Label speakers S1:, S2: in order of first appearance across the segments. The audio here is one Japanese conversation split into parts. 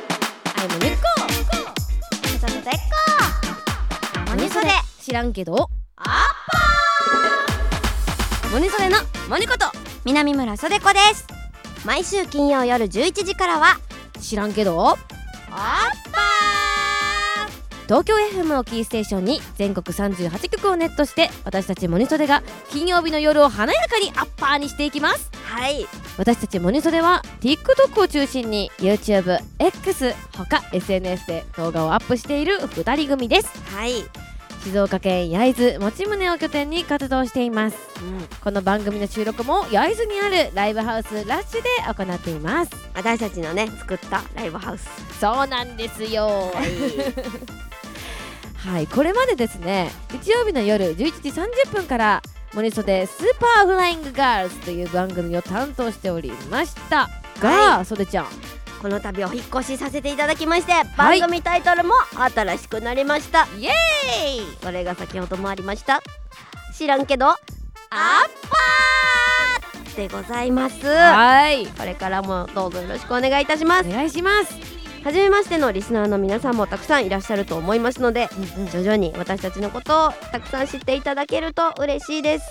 S1: の根っこ
S2: そこでっ
S1: 何それ知らんけど
S2: あっ
S1: モニソレのモニこと
S2: 南村そでこです毎週金曜夜11時からは
S1: 知らんけど
S2: あっぱ
S1: 東京 FM をキーステーションに全国38局をネットして私たちモニソレが金曜日の夜を華やかにアッパーにしていきます
S2: はい
S1: 私たちモニソレは TikTok を中心に YouTubeX 他 SNS で動画をアップしている2人組です
S2: はい、
S1: 静岡県焼津持宗を拠点に活動していますこの番組の収録も焼津にあるライブハウスラッシュで行っています
S2: 私たちのね作ったライブハウス
S1: そうなんですよ
S2: い
S1: はいこれまでですね日曜日の夜11時30分からモニソでスーパーフライングガールズという番組を担当しておりましたが、そでちゃん
S2: この度お引っ越しさせていただきまして、
S1: い
S2: 番組タイトルも新しくなりました
S1: イエーイ
S2: それが先ほどもありました知らんけどアッパーでございます
S1: はい
S2: これからもどうぞよろしくお願いいたします
S1: お願いします、
S2: 初めましてのリスナーの皆さんもたくさんいらっしゃると思いますので徐々に私たちのことをたくさん知っていただけると嬉しいです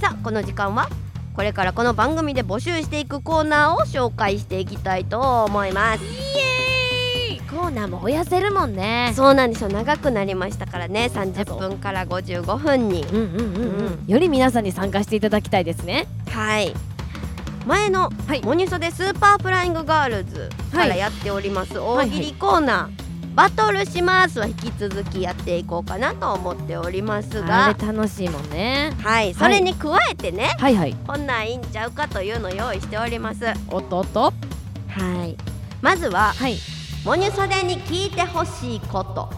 S2: さあこの時間はこれからこの番組で募集していくコーナーを紹介していきたいと思います
S1: イエーイコーナーも増やせるもんね
S2: そうなんですよ長くなりましたからね30分から55分に
S1: うんうんうんうん、
S2: うん
S1: より皆さんに参加していただきたいですね
S2: はい前の
S1: はい
S2: モニソでスーパーフライングガールズからやっております
S1: は
S2: 大
S1: い
S2: 喜利コーナー、バトルしますは引き続きやっていこうかなと思っております
S1: あ
S2: が
S1: れ楽しいもんね
S2: はいそれに加えてね、
S1: はいはい
S2: こんなんいいんちゃうかというのを用意しておりますは
S1: おっとおっと
S2: いまずは
S1: はい
S2: モニソでに聞いてほしいこと、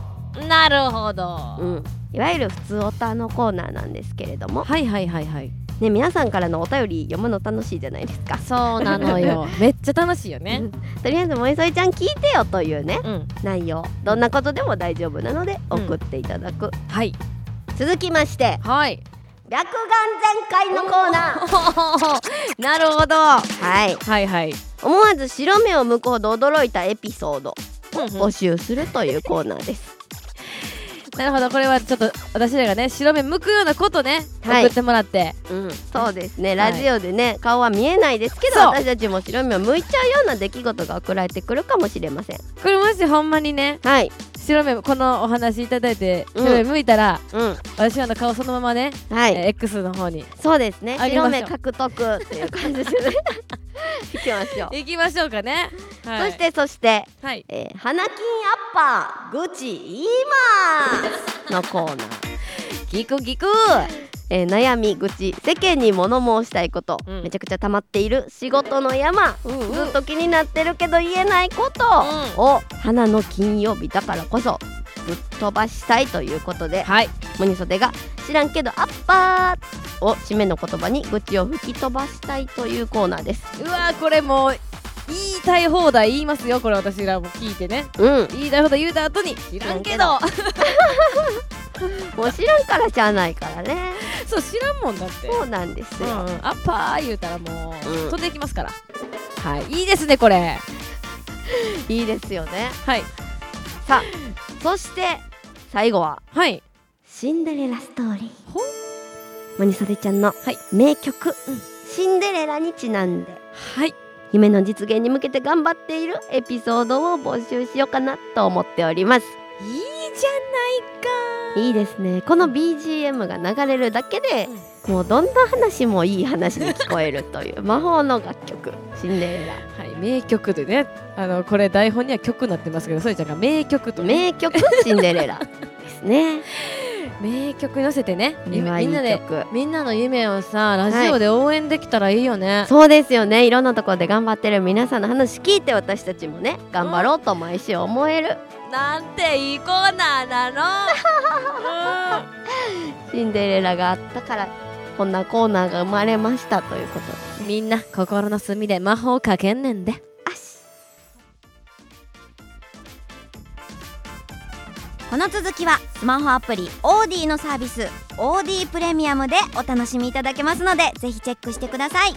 S1: なるほど、
S2: うん、いわゆる普通オタのコーナーなんですけれども
S1: はいはいはいはい
S2: ね皆さんからのお便り読むの楽しいじゃないですか
S1: そうなの よめっちゃ楽しいよね
S2: とりあえずモニソイちゃん聞いてよというね
S1: うん
S2: 内容どんなことでも大丈夫なので
S1: うん
S2: 送っていただく、
S1: はい
S2: 続きまして
S1: はい
S2: 白眼全開のコーナー
S1: なるほど
S2: はい
S1: はいはい
S2: 思わず白目を向くほど驚いたエピソード募
S1: お
S2: 集するというコーナーです
S1: なるほどこれはちょっと私らがね白目向くようなことね、
S2: はい
S1: 送ってもらって
S2: うん、そうですね、
S1: はい
S2: ラジオでね顔は見えないですけど
S1: そう
S2: 私たちも白目を向いちゃうような出来事が送られてくるかもしれません
S1: これもしほんまにね
S2: はい
S1: 白目このお話いただいて
S2: うん
S1: 白目向いたら、
S2: うん
S1: 私らの顔そのままね、
S2: は
S1: え
S2: い、
S1: ー X の方に
S2: そうですね
S1: あげましょう
S2: 白目獲得っていう感じです ねいきましょう、
S1: 行きましょうかね、はい、
S2: そしてそして
S1: はい
S2: えー、花金アッパー愚痴言いますのコーナー、
S1: ギクギク
S2: えー悩み愚痴世間に物申したいこと、
S1: うん
S2: めちゃくちゃ溜まっている仕事の山、
S1: うんうん
S2: ずっと気になってるけど言えないことを、花の金曜日だからこそぶっ飛ばしたいということで
S1: はい
S2: モニソテが「知らんけどアッパー」を締めの言葉に愚痴を吹き飛ばしたいというコーナーです。
S1: うわーこれもう言いたい放題言いますよこれ私らも聞いてね
S2: うん、
S1: 言いたい放題言うた後に知らんけ ど
S2: もう知らんからしゃあないからね。
S1: そう知らんもんだって
S2: そうなんです
S1: う
S2: よ。
S1: んうんアッパー言うたらもう、
S2: うん
S1: 飛んでいきますからはいいいですねこれ
S2: いいですよね。
S1: はい
S2: さあそして最後は
S1: はい
S2: シンデレラストーリー
S1: ほ
S2: モニソデちゃんの
S1: はい
S2: 名曲、シンデレラにちなんで
S1: はい
S2: 夢の実現に向けて頑張っているエピソードを募集しようかなと思っております
S1: いいじゃないか
S2: いいですねこの BGM が流れるだけでもうどんな話もいい話に聞こえるという魔法の楽曲シンデレラ
S1: はい名曲でねあのこれ台本には曲になってますけどそれちゃんが名曲とね
S2: 名曲シンデレラですね
S1: 名曲に乗せてね
S2: こ
S1: み
S2: れ
S1: ん
S2: は
S1: ない
S2: い
S1: で
S2: 曲
S1: みんなの夢をさラジオで応援できたらいいよね、
S2: そうですよねいろんなところで頑張ってる皆さんの話聞いて私たちもね頑張ろうと毎週思える
S1: なんていいコーナーなの、うん
S2: シンデレラがあったからこんなコーナーが生まれましたということで
S1: みんな心の隅で魔法かけんねんで
S2: あしこの続きはスマホアプリ OD のサービス OD プレミアムでお楽しみいただけますのでぜひチェックしてください